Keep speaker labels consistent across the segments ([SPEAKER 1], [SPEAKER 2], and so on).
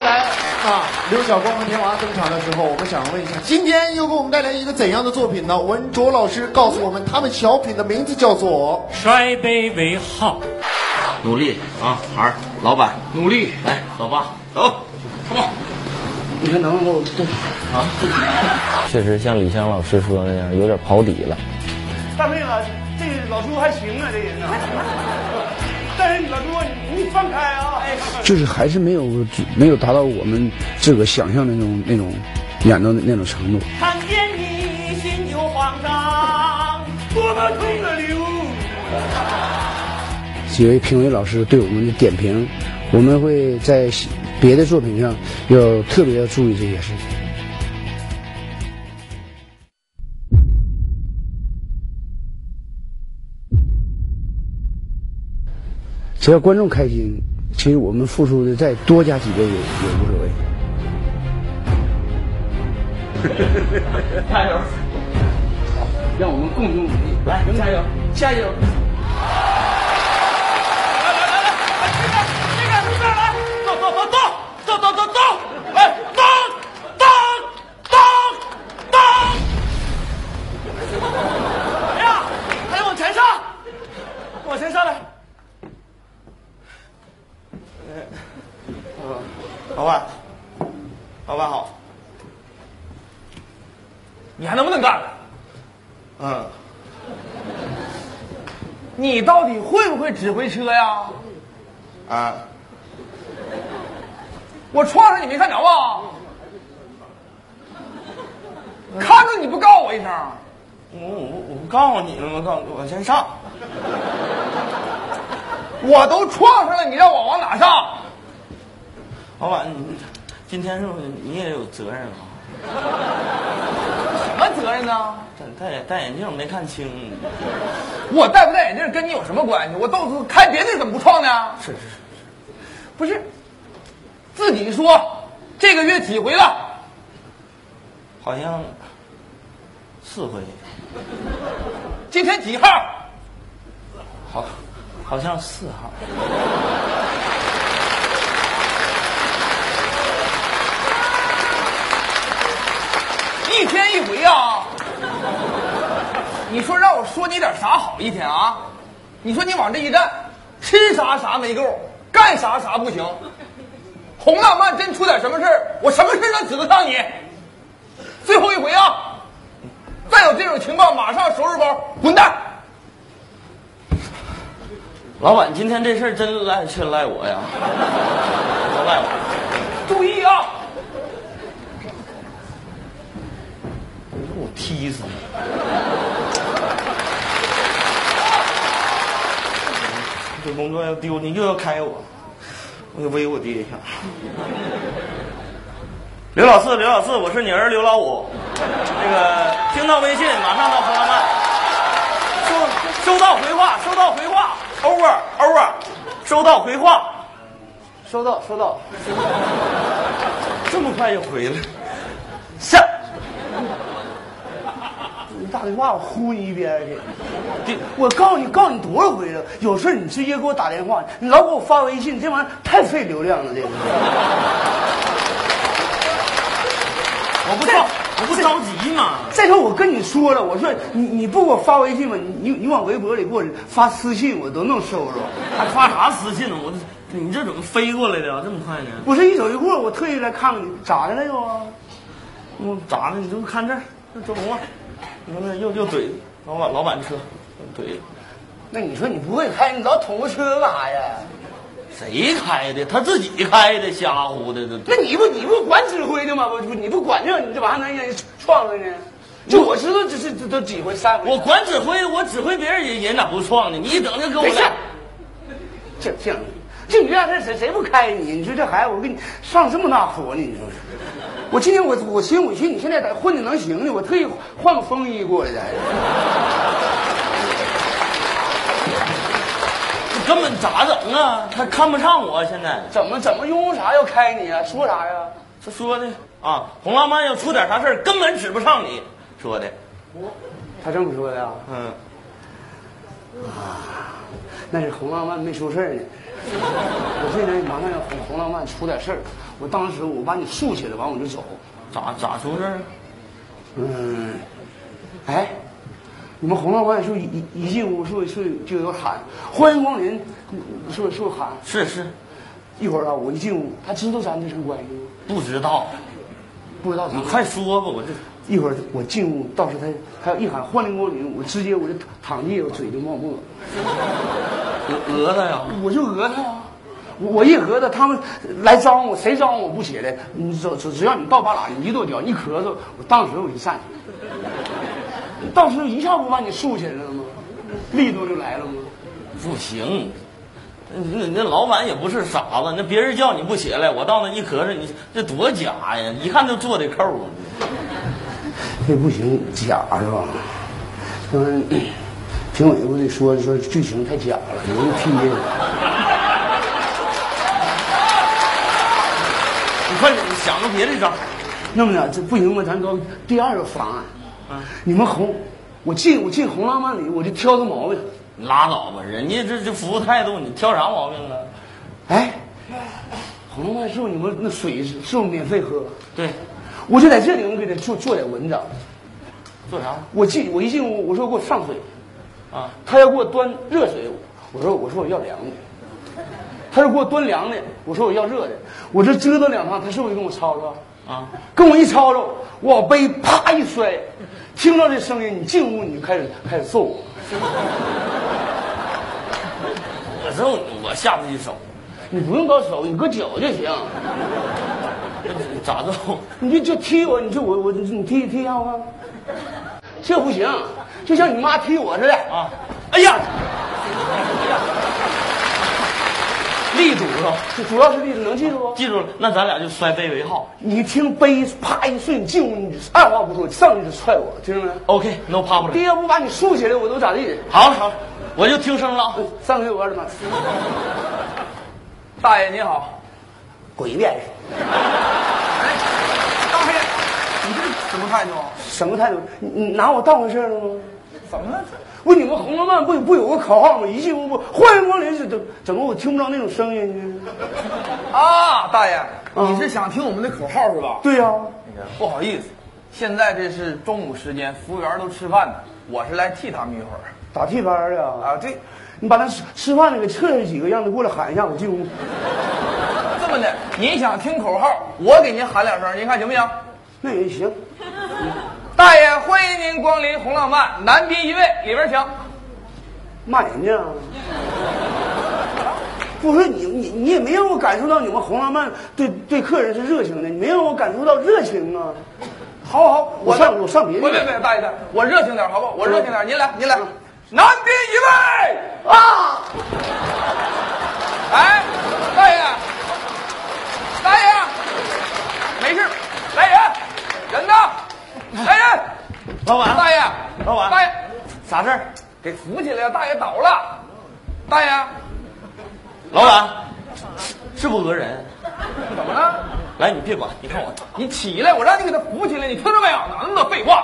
[SPEAKER 1] 啊，刘晓光和年娃登场的时候，我们想问一下，今天又给我们带来一个怎样的作品呢？文卓老师告诉我们，他们小品的名字叫做
[SPEAKER 2] 摔杯为号。
[SPEAKER 3] 努力啊，孩儿，老板，
[SPEAKER 4] 努力，
[SPEAKER 5] 哎
[SPEAKER 3] 来，走吧，走，come on。
[SPEAKER 4] 你看能够动啊？
[SPEAKER 6] 确实像李湘老师说的那样，有点跑底了。
[SPEAKER 5] 大妹啊，这个老朱还行啊，这 人呐。但是你老朱，你你放开啊！哎，
[SPEAKER 4] 就是还是没有没有达到我们自个想象的那种那种演到的那种程度。
[SPEAKER 7] 看见你心就慌张，
[SPEAKER 5] 多么痛的流。
[SPEAKER 4] 几位评委老师对我们的点评，我们会在别的作品上要特别要注意这些事情。只要观众开心，其实我们付出的再多加几倍也也无所谓。
[SPEAKER 3] 加油！
[SPEAKER 4] 让我们共同努力，
[SPEAKER 3] 来，加油，加油！
[SPEAKER 7] 这个这个来，走走走走走走走走，哎，走走走走。哎呀，还往前上，往前上来。
[SPEAKER 5] 老板，老板好。
[SPEAKER 2] 你还能不能干了？
[SPEAKER 5] 嗯，
[SPEAKER 2] 你到底会不会指挥车呀？
[SPEAKER 5] 啊，
[SPEAKER 2] 我撞上你没看着啊？看着你不告我一声？啊
[SPEAKER 5] 我我我不告诉你了吗？告诉我先上。
[SPEAKER 2] 我都撞上了，你让我往哪上？
[SPEAKER 5] 老板，你今天是不是你也有责任啊？
[SPEAKER 2] 什么责任呢？
[SPEAKER 5] 戴戴眼戴眼镜没看清。
[SPEAKER 2] 我戴不戴眼镜跟你有什么关系？我到处开别的怎么不撞呢？是是是，不是，自己说这个月几回了？
[SPEAKER 5] 好像四回，
[SPEAKER 2] 今天几号？
[SPEAKER 5] 好，好像四号。
[SPEAKER 2] 一天一回啊！你说让我说你点啥好一天啊？你说你往这一站，吃啥啥没够，干啥啥不行。红浪漫真出点什么事儿，我什么事儿都指得上你。最后一回啊！再有这种情况，马上收拾包，滚蛋！
[SPEAKER 5] 老板，今天这事儿真赖，却赖我呀，都赖我。
[SPEAKER 2] 注意啊！
[SPEAKER 5] 你说我踢死你！这工作要丢，你又要开我，我得威我爹一下。刘老四，刘老四，我是你儿刘老五。那个，听到微信马上到红浪漫，收收到回话，收到回话，over over，收到回话，
[SPEAKER 2] 收到，收到。
[SPEAKER 5] 这么快就回了，下。
[SPEAKER 2] 你打电话我呼你一边去。
[SPEAKER 5] 这
[SPEAKER 2] 我告诉你，告诉你多少回了，有事你直接给我打电话，你老给我发微信，这玩意儿太费流量了。这个
[SPEAKER 5] 我不着，我不着急嘛。
[SPEAKER 2] 再说我跟你说了，我说你你不给我发微信吧，你你你往微博里给我发私信，我都能收着。
[SPEAKER 5] 还发啥私信呢？我这你这怎么飞过来的啊？这么快呢？
[SPEAKER 2] 不是一走一过，我特意来看看你，咋的了又啊？
[SPEAKER 5] 我咋的？你就看这儿，这周红啊，你看那又又怼老板老板车，又怼
[SPEAKER 2] 那你说你不会开，你老捅个车干啥呀？
[SPEAKER 5] 谁开的？他自己开的，瞎乎的这。
[SPEAKER 2] 那你不你不管指挥的吗？不不，你不管这，你这玩意儿能让人撞了呢？就我知道这是这都几回三回。
[SPEAKER 5] 我管指挥，我指挥别人也也咋不撞呢？你一整就跟我
[SPEAKER 2] 没事
[SPEAKER 5] 来。，
[SPEAKER 2] 这这样，就你这样事儿谁谁不开你？你说这孩子，我给你上这么大火呢？你说是？我今天我我寻我寻你现在在混的能行呢？我特意换个风衣过来的。
[SPEAKER 5] 你根本咋整啊？他看不上我现在。
[SPEAKER 2] 怎么怎么因为啥要开你啊？说啥呀？
[SPEAKER 5] 他说的啊，红浪漫要出点啥事儿，根本指不上你。说的，
[SPEAKER 2] 他这么说的啊？
[SPEAKER 5] 嗯，
[SPEAKER 2] 那是红浪漫没出事儿呢。我这人马上要红红浪漫出点事儿，
[SPEAKER 8] 我当时我把你竖起来，完我就走。
[SPEAKER 5] 咋咋出事儿啊？
[SPEAKER 8] 嗯，哎，你们红老板是不是一一一进屋是不是是不是就要喊欢迎光临，是不是是不是喊？
[SPEAKER 5] 是是，
[SPEAKER 8] 一会儿啊，我一进屋，他知道咱这层关系吗？
[SPEAKER 5] 不知道，
[SPEAKER 8] 不知道咱
[SPEAKER 5] 你快说吧，我这
[SPEAKER 8] 一会儿我进屋，到时他他要一喊欢迎光临，我直接我就躺地，我嘴就冒沫，
[SPEAKER 5] 讹讹他呀！
[SPEAKER 8] 我就讹他呀。我我一讹他，他们来招呼我，谁招呼我不起来？你只只只要你到八拉，你一跺脚一咳嗽，我当时我就站起来，当时一下不把你竖起来了吗？力度就来了吗？
[SPEAKER 5] 不行，那那老板也不是傻子，那别人叫你不起来，我到那一咳嗽，你这多假呀！一看就做的扣啊！
[SPEAKER 8] 这不行，假是吧？他们呃评委不得说说剧情太假了，有人批评。
[SPEAKER 5] 你快点，你想个别的招儿。
[SPEAKER 8] 那么的，这不行吧？咱搞第二个方案。你们红，我进我进红浪漫里，我就挑个毛病。
[SPEAKER 5] 你拉倒吧，人家这这服务态度，你挑啥毛病啊？
[SPEAKER 8] 哎，红浪漫是不是你们那水是是不是免费喝？
[SPEAKER 5] 对，
[SPEAKER 8] 我就在这里，我给他做做点文章。
[SPEAKER 5] 做啥？
[SPEAKER 8] 我进我一进屋，我说给我上水，
[SPEAKER 5] 啊，
[SPEAKER 8] 他要给我端热水，我说我说我要凉的。他就给我端凉的，我说我要热的。我这折腾两趟，他是不是就跟我吵吵？
[SPEAKER 5] 啊，
[SPEAKER 8] 跟我一吵吵，我往杯啪一摔，听到这声音，你进屋你就开始开始揍我。
[SPEAKER 5] 我这我下不去手，
[SPEAKER 8] 你不用搞手，你搁脚就行。
[SPEAKER 5] 咋揍？
[SPEAKER 8] 你就就踢我，你就我我你踢踢一下我，这不行，就像你妈踢我似的啊！哎呀，
[SPEAKER 5] 力度是吧？
[SPEAKER 8] 主主要是例子能记住不？
[SPEAKER 5] 记住了，那咱俩就摔杯为号。
[SPEAKER 8] 你听杯啪一碎，你进屋你二话不说上去就踹我，听着没？
[SPEAKER 5] OK，no、problem。
[SPEAKER 8] 爹要不把你竖起来，我都咋地？
[SPEAKER 5] 好了好了，我就听声了啊。
[SPEAKER 8] 上回我二他妈
[SPEAKER 2] 大爷你好，哎
[SPEAKER 8] 滚一边去！
[SPEAKER 2] 大爷，你这是什么态度？
[SPEAKER 8] 什么态度？你你拿我当回事儿了吗？
[SPEAKER 2] 怎么了？
[SPEAKER 8] 不，你们红楼梦不不有个口号吗？一进屋不欢迎光临，是怎怎么我听不着那种声音呢？
[SPEAKER 2] 啊，大爷，你
[SPEAKER 8] 嗯
[SPEAKER 2] 是想听我们的口号是吧？
[SPEAKER 8] 对呀、
[SPEAKER 2] 那个不好意思，现在这是中午时间，服务员都吃饭呢，我是来替他们一会儿。
[SPEAKER 8] 打替班儿的
[SPEAKER 2] 啊，对，
[SPEAKER 8] 你把那吃吃饭的给撤下几个，让他过来喊一下，我进屋。
[SPEAKER 2] 这么的，您想听口号，我给您喊两声，您看行不行？
[SPEAKER 8] 那也行，
[SPEAKER 2] 大爷，欢迎您光临红浪漫，男宾一位，里边请。
[SPEAKER 8] 骂人家啊！不是你你你也没让我感受到你们红浪漫对对客人是热情的，你没让我感受到热情啊！
[SPEAKER 2] 好好，
[SPEAKER 8] 我上我上别的嗯
[SPEAKER 2] 别别别，大爷大爷，我热情点好不好？我热情点，您来您来，男宾一位。
[SPEAKER 8] 啊！
[SPEAKER 2] 哎，大爷，大爷，没事，来人，人呢？
[SPEAKER 8] 嗯
[SPEAKER 2] 来人，
[SPEAKER 5] 老板
[SPEAKER 2] 大爷，
[SPEAKER 5] 老板
[SPEAKER 2] 大爷，
[SPEAKER 5] 啥事儿？
[SPEAKER 2] 给扶起来呀！大爷倒了，大爷，
[SPEAKER 5] 老板，是不讹人？
[SPEAKER 2] 怎么了？
[SPEAKER 5] 来，你别管，你看我。
[SPEAKER 2] 你起来，我让你给他扶起来，你听着没有？哪那么多废话？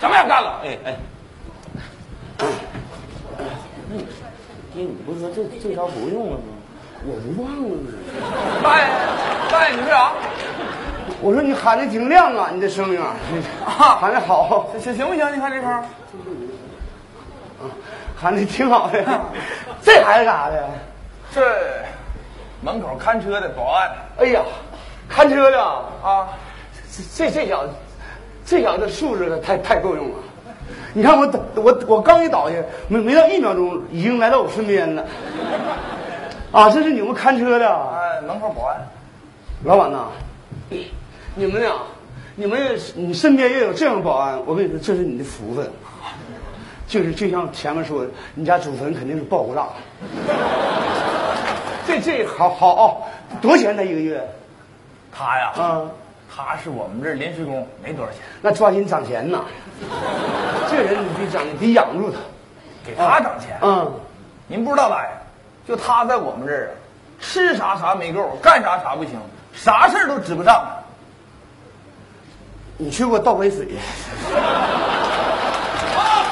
[SPEAKER 2] 什么也不干了？
[SPEAKER 5] 哎哎，
[SPEAKER 8] 我都忘了呢。
[SPEAKER 2] 大爷，大爷，你啊是啥？
[SPEAKER 8] 我说你喊的挺亮啊，你这声音啊，喊的好，
[SPEAKER 2] 行行不行？你看这声，
[SPEAKER 8] 喊的挺好的。这孩子干啥的？
[SPEAKER 2] 这门口看车的保安
[SPEAKER 8] 哎呀，看车的啊。
[SPEAKER 2] 啊，
[SPEAKER 8] 这这小子，这小子素质太太够用了。你看我倒我我刚一倒下，没没到一秒钟，已经来到我身边了。啊，这是你们看车的啊，
[SPEAKER 2] 哎，门口保安。
[SPEAKER 8] 老板呐，你们呀，你们也是你身边也有这样的保安，我跟你说，这是你的福分。啊就是就像前面说的，你家祖坟肯定是爆过炸。这这好好啊、多少钱他一个月？
[SPEAKER 2] 他呀，
[SPEAKER 8] 啊
[SPEAKER 2] 他是我们这儿临时工，没多少钱，
[SPEAKER 8] 那抓紧涨钱呐！这个人你得涨，你得养住他。
[SPEAKER 2] 给他涨钱。
[SPEAKER 8] 嗯，
[SPEAKER 2] 您不知道大爷，就他在我们这儿啊，吃啥啥没够，干啥啥不行，啥事儿都指不上。
[SPEAKER 8] 你去过倒杯水？
[SPEAKER 2] 大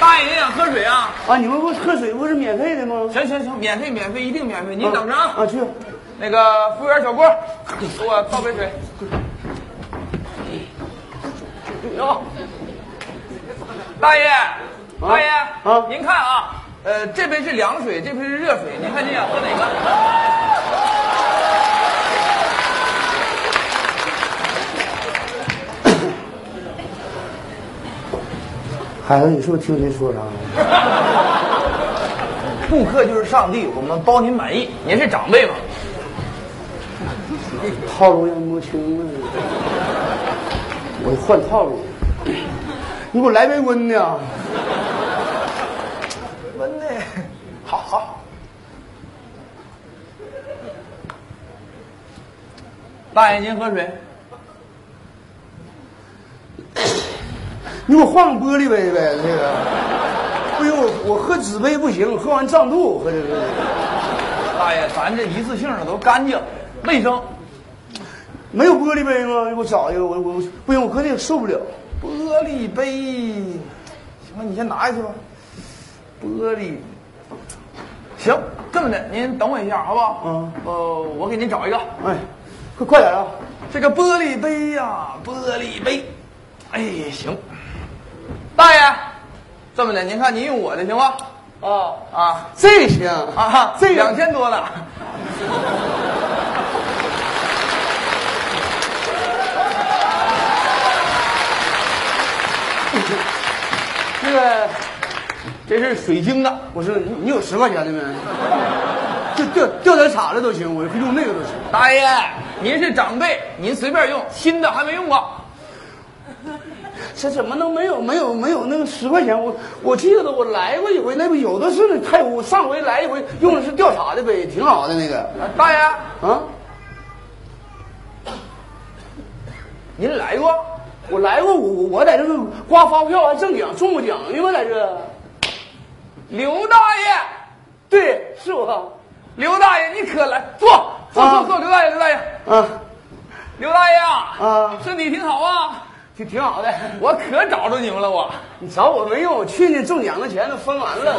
[SPEAKER 2] 大爷，您想喝水啊？
[SPEAKER 8] 啊，你们不喝水不是免费的吗？
[SPEAKER 2] 行行行，免费免费，一定免费，您等着啊。
[SPEAKER 8] 啊，去。
[SPEAKER 2] 那个服务员小郭，给我倒杯水。哟，大爷，大爷，
[SPEAKER 8] 啊
[SPEAKER 2] 您看啊，呃，这杯是凉水，这杯是热水，您看您想喝哪个？
[SPEAKER 8] 孩子，你是不是听谁说啥啊了？
[SPEAKER 2] 顾客就是上帝，我们包您满意。您是长辈嘛？
[SPEAKER 8] 套路让你摸清了，我换套路。你给我来杯温的。
[SPEAKER 2] 温的，
[SPEAKER 8] 好好好。
[SPEAKER 2] 大爷您喝水。
[SPEAKER 8] 你给我换个玻璃杯呗，这个。不行，我我喝纸杯不行，喝完胀肚，喝这个。
[SPEAKER 2] 大爷，咱这一次性的都干净卫生。
[SPEAKER 8] 没有玻璃杯吗？给我找一个，我我不行，我喝这个受不了。
[SPEAKER 2] 玻璃杯，行了，你先拿下去吧。玻璃，行，这么的，您等我一下，好不好？
[SPEAKER 8] 嗯。
[SPEAKER 2] 呃，我给您找一个，
[SPEAKER 8] 哎，快快点啊！
[SPEAKER 2] 这个玻璃杯呀、玻璃杯，哎，行。大爷，这么的，您看您用我的行吗？
[SPEAKER 8] 啊，
[SPEAKER 2] 啊
[SPEAKER 8] 这行
[SPEAKER 2] 啊，
[SPEAKER 8] 这
[SPEAKER 2] 两
[SPEAKER 8] 个
[SPEAKER 2] 千多 呢。
[SPEAKER 8] 那个，
[SPEAKER 2] 这是水晶的，
[SPEAKER 8] 我说你你有十块钱的没？就掉掉点铲子都行，我用那个都行。
[SPEAKER 2] 大爷，您是长辈，您随便用，新的还没用过。
[SPEAKER 8] 这怎么能没有没有没有那个十块钱？我我记得我来过一回，那不有的是那太我上回来一回用的是调查的呗，挺好的那个
[SPEAKER 2] 啊大爷，
[SPEAKER 8] 啊。
[SPEAKER 2] 您来过？
[SPEAKER 8] 我来过，我我我在这个刮发票还中奖中过奖呢吗？在这，
[SPEAKER 2] 刘大爷，
[SPEAKER 8] 对，是我
[SPEAKER 2] 刘大爷，你可来坐坐坐坐，刘大爷，刘大爷，
[SPEAKER 8] 啊，
[SPEAKER 2] 刘大爷啊，
[SPEAKER 8] 啊
[SPEAKER 2] 身体挺好啊，
[SPEAKER 8] 挺挺好的。
[SPEAKER 2] 我可找着你们了，我
[SPEAKER 8] 你找我没用，我去年中奖的钱都分完了。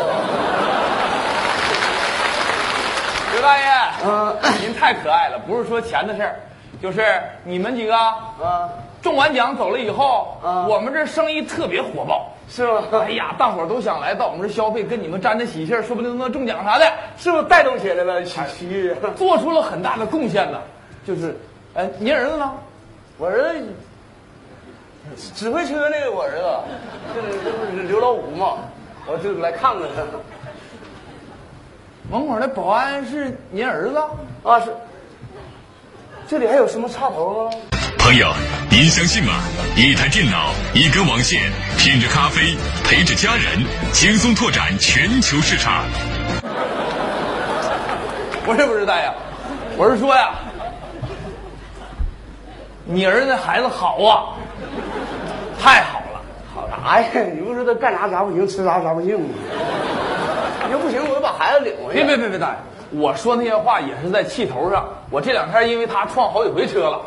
[SPEAKER 2] 刘大爷，
[SPEAKER 8] 啊
[SPEAKER 2] 您太可爱了，不是说钱的事儿，就是你们几个
[SPEAKER 8] 啊，
[SPEAKER 2] 中完奖走了以后，
[SPEAKER 8] 啊
[SPEAKER 2] 我们这生意特别火爆。
[SPEAKER 8] 是吗？
[SPEAKER 2] 哎呀，大伙儿都想来到我们这消费，跟你们沾沾喜气儿，说不定能中奖啥的，
[SPEAKER 8] 是不是带动起来了？喜喜 剧。
[SPEAKER 2] 做出了很大的贡献呢。就是，哎，您儿子呢？
[SPEAKER 8] 我儿子指挥车那个我儿子，这这不是刘老五嘛？我就来看看他。
[SPEAKER 2] 门口那保安是您儿子？
[SPEAKER 8] 啊，是这里还有什么插头吗？啊
[SPEAKER 9] 朋友，您相信吗？一台电脑，一根网线，品着咖啡，陪着家人，轻松拓展全球市场。
[SPEAKER 2] 不是不是，大爷，我是说呀，你儿子那孩子好啊，太好了。
[SPEAKER 8] 好啥哎呀？你不知道干啥啥不行，吃啥啥不行吗？你要不行，我就把孩子领回
[SPEAKER 2] 别
[SPEAKER 8] 去。
[SPEAKER 2] 别别别，大爷，我说那些话也是在气头上。我这两天因为他撞好几回车了，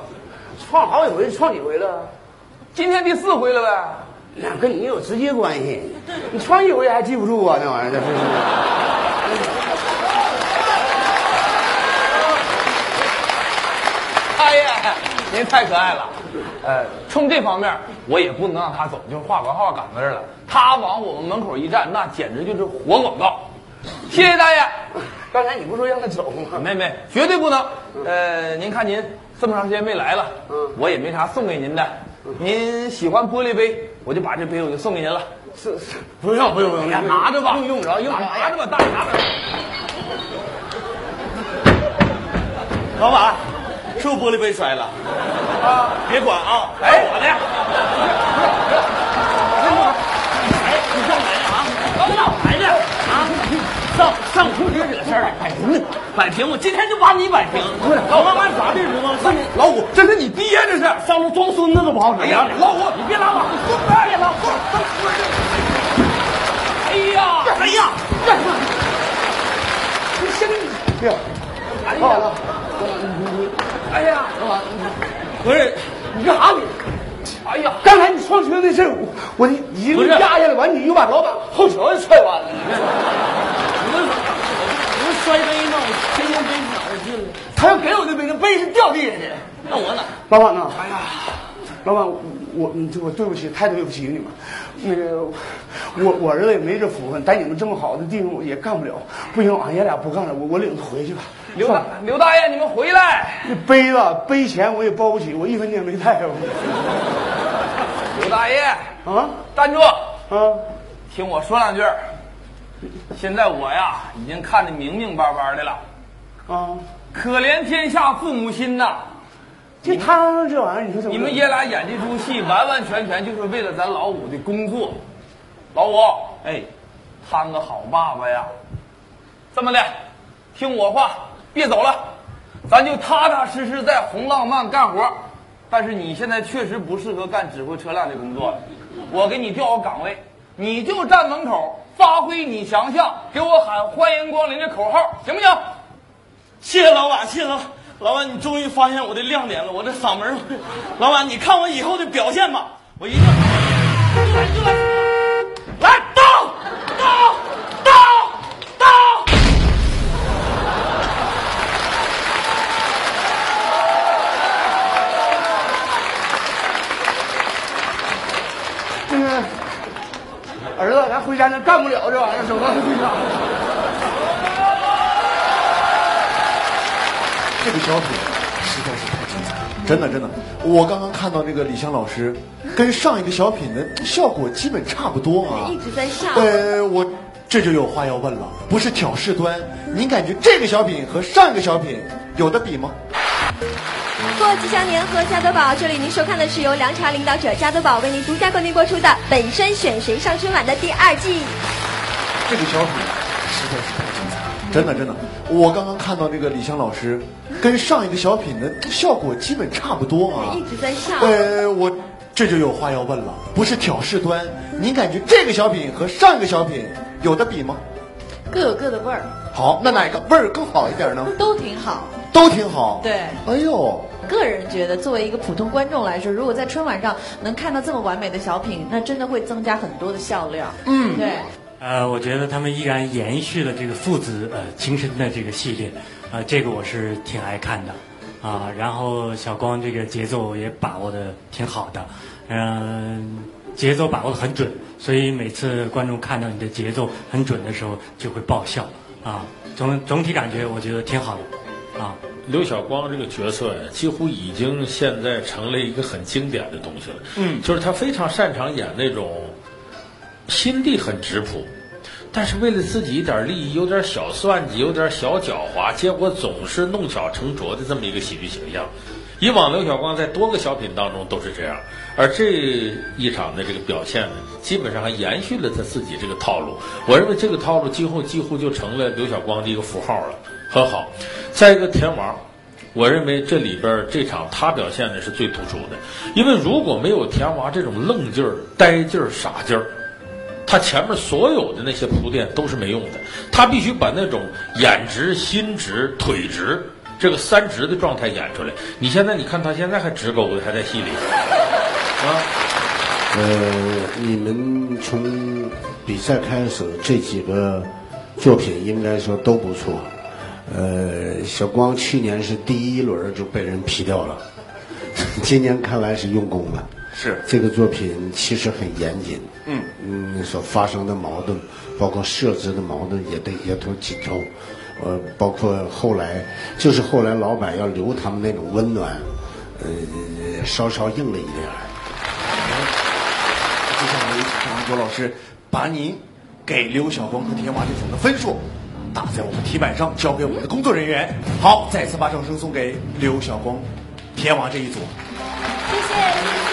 [SPEAKER 8] 创好几回，创几回了？
[SPEAKER 2] 今天第四回了呗。
[SPEAKER 8] 那跟你有直接关系。你创一回还记不住啊？那玩意儿，这是。
[SPEAKER 2] 大爷，哎您太可爱了。呃，冲这方面我也不能让他走，就是画完画赶到这儿了，他往我们门口一站，那简直就是活广告。谢谢大爷，
[SPEAKER 8] 刚才你不说让他走吗？
[SPEAKER 2] 妹妹绝对不能。呃，您看您这么长时间没来了，
[SPEAKER 8] 嗯
[SPEAKER 2] 我也没啥送给您的。您喜欢玻璃杯，我就把这杯我就送给您了。
[SPEAKER 8] 是是，
[SPEAKER 2] 不用不用 不用，拿着吧，
[SPEAKER 8] 用用不着用不着
[SPEAKER 2] 拿着吧，大爷拿着。
[SPEAKER 5] 老板，是不是玻璃杯摔了？啊，别管啊，
[SPEAKER 2] 哎，我的。
[SPEAKER 7] 上上裤就惹事儿，摆平，摆平，我今天就把你摆平。老王干啥的？知道吗？
[SPEAKER 2] 老五，这是你爹，这是。
[SPEAKER 7] 上路装孙子都不好使。哎呀，老五，你别拉我，别拉我。哎呀，哎呀，
[SPEAKER 8] 别，哎呀，
[SPEAKER 2] 哎呀，
[SPEAKER 5] 不是，
[SPEAKER 8] 你干啥你？哎呀，刚才你撞车那事儿，我我一
[SPEAKER 10] 不
[SPEAKER 8] 路
[SPEAKER 10] 是
[SPEAKER 8] 压下来，完你又把老板后桥给踹弯了。
[SPEAKER 10] 你们你们摔杯吗？我真用杯子哪儿进了？
[SPEAKER 8] 他要给我那杯，那杯是掉地下的。
[SPEAKER 10] 那我哪？
[SPEAKER 8] 老板呐，哎呀，老板，我我嗯这我对不起，太对不起你们。那个，我我儿子也没这福分，在你们这么好的地方我也干不了。不行，俺爷俩不干了，我我领他回去吧。
[SPEAKER 2] 刘大刘大爷，你们回来！
[SPEAKER 8] 那杯子杯钱我也包不起，我一分钱没带我。
[SPEAKER 2] 刘大爷，
[SPEAKER 8] 啊
[SPEAKER 2] 站住！
[SPEAKER 8] 啊！
[SPEAKER 2] 听我说两句儿。现在我呀，已经看得明明白白的了。
[SPEAKER 8] 啊，
[SPEAKER 2] 可怜天下父母心呐！
[SPEAKER 8] 这他这玩意儿，你说怎
[SPEAKER 2] 你
[SPEAKER 8] 么？
[SPEAKER 2] 们爷俩演这出戏，完完全全就是为了咱老五的工作。老五，哎，当个好爸爸呀！这么的，听我话，别走了，咱就踏踏实实在红浪漫干活。但是你现在确实不适合干指挥车辆这工作，我给你调个岗位，你就站门口发挥你强项，给我喊“欢迎光临”的口号，行不行？
[SPEAKER 11] 谢谢老板，谢谢老板老板，你终于发现我的亮点了，我这嗓门儿，老板，你看我以后的表现吧，我一定。来来来，到到到到！
[SPEAKER 8] 这个儿子，咱回家咱干不了这玩意儿，手到回家。
[SPEAKER 1] 这个小品实在是太精彩了，真的真的。我刚刚看到这个李湘老师，跟上一个小品的效果基本差不多啊，
[SPEAKER 12] 一直在上
[SPEAKER 1] 呃，我这就有话要问了，不是挑事端，您感觉这个小品和上一个小品有的比吗？
[SPEAKER 12] 过吉祥年和加多宝，这里您收看的是由凉茶领导者加多宝为您独家冠名播出的《本身选谁上春晚》的第二季。
[SPEAKER 1] 这个小品实在是太精彩了，真的真的。我刚刚看到这个李湘老师，跟上一个小品的效果基本差不多啊，
[SPEAKER 12] 一直在上
[SPEAKER 1] 呃，我这就有话要问了，不是挑事端，您感觉这个小品和上一个小品有的比吗？
[SPEAKER 13] 各有各的味儿，
[SPEAKER 1] 好，那哪个味儿更好一点呢？
[SPEAKER 13] 都挺好。
[SPEAKER 1] 都挺好。
[SPEAKER 13] 对
[SPEAKER 1] 哎呦，
[SPEAKER 13] 个人觉得，作为一个普通观众来说，如果在春晚上能看到这么完美的小品，那真的会增加很多的笑料。嗯，对。
[SPEAKER 14] 呃，我觉得他们依然延续了这个父子呃情深的这个系列，呃，这个我是挺爱看的，啊、然后小光这个节奏也把握的挺好的，嗯、节奏把握的很准，所以每次观众看到你的节奏很准的时候就会爆笑，啊、总总体感觉我觉得挺好的，啊、
[SPEAKER 5] 刘晓光这个角色呀，几乎已经现在成了一个很经典的东西了。嗯，就是他非常擅长演那种心地很直朴，但是为了自己一点利益，有点小算计，有点小狡猾，结果总是弄巧成拙的这么一个喜剧形象。以往刘晓光在多个小品当中都是这样，而这一场的这个表现呢，基本上还延续了他自己这个套路。我认为这个套路今后几乎就成了刘晓光的一个符号了，很好。再一个天王，我认为这里边儿这场他表现的是最突出的，因为如果没有田娃这种愣劲儿、呆劲儿、傻劲儿，他前面所有的那些铺垫都是没用的。他必须把那种眼直、心直、腿直这个三直的状态演出来。你现在你看他现在还直勾的，还在戏里啊。
[SPEAKER 15] 呃，你们从比赛开始这几个作品应该说都不错。呃，小光去年是第一轮就被人批掉了，今年看来是用功了。
[SPEAKER 5] 是
[SPEAKER 15] 这个作品其实很严谨，
[SPEAKER 5] 嗯
[SPEAKER 15] 嗯，所发生的矛盾，包括设置的矛盾也得也都紧透，呃，包括后来就是后来老板要留他们那种温暖，呃，稍稍硬了一点儿。
[SPEAKER 1] 接下来有请周老师把您给刘晓光和田娃这场的分数打在我们题板上，交给我们的工作人员。好，再次把掌声送给刘晓光、田娃这一组。
[SPEAKER 12] 谢谢谢谢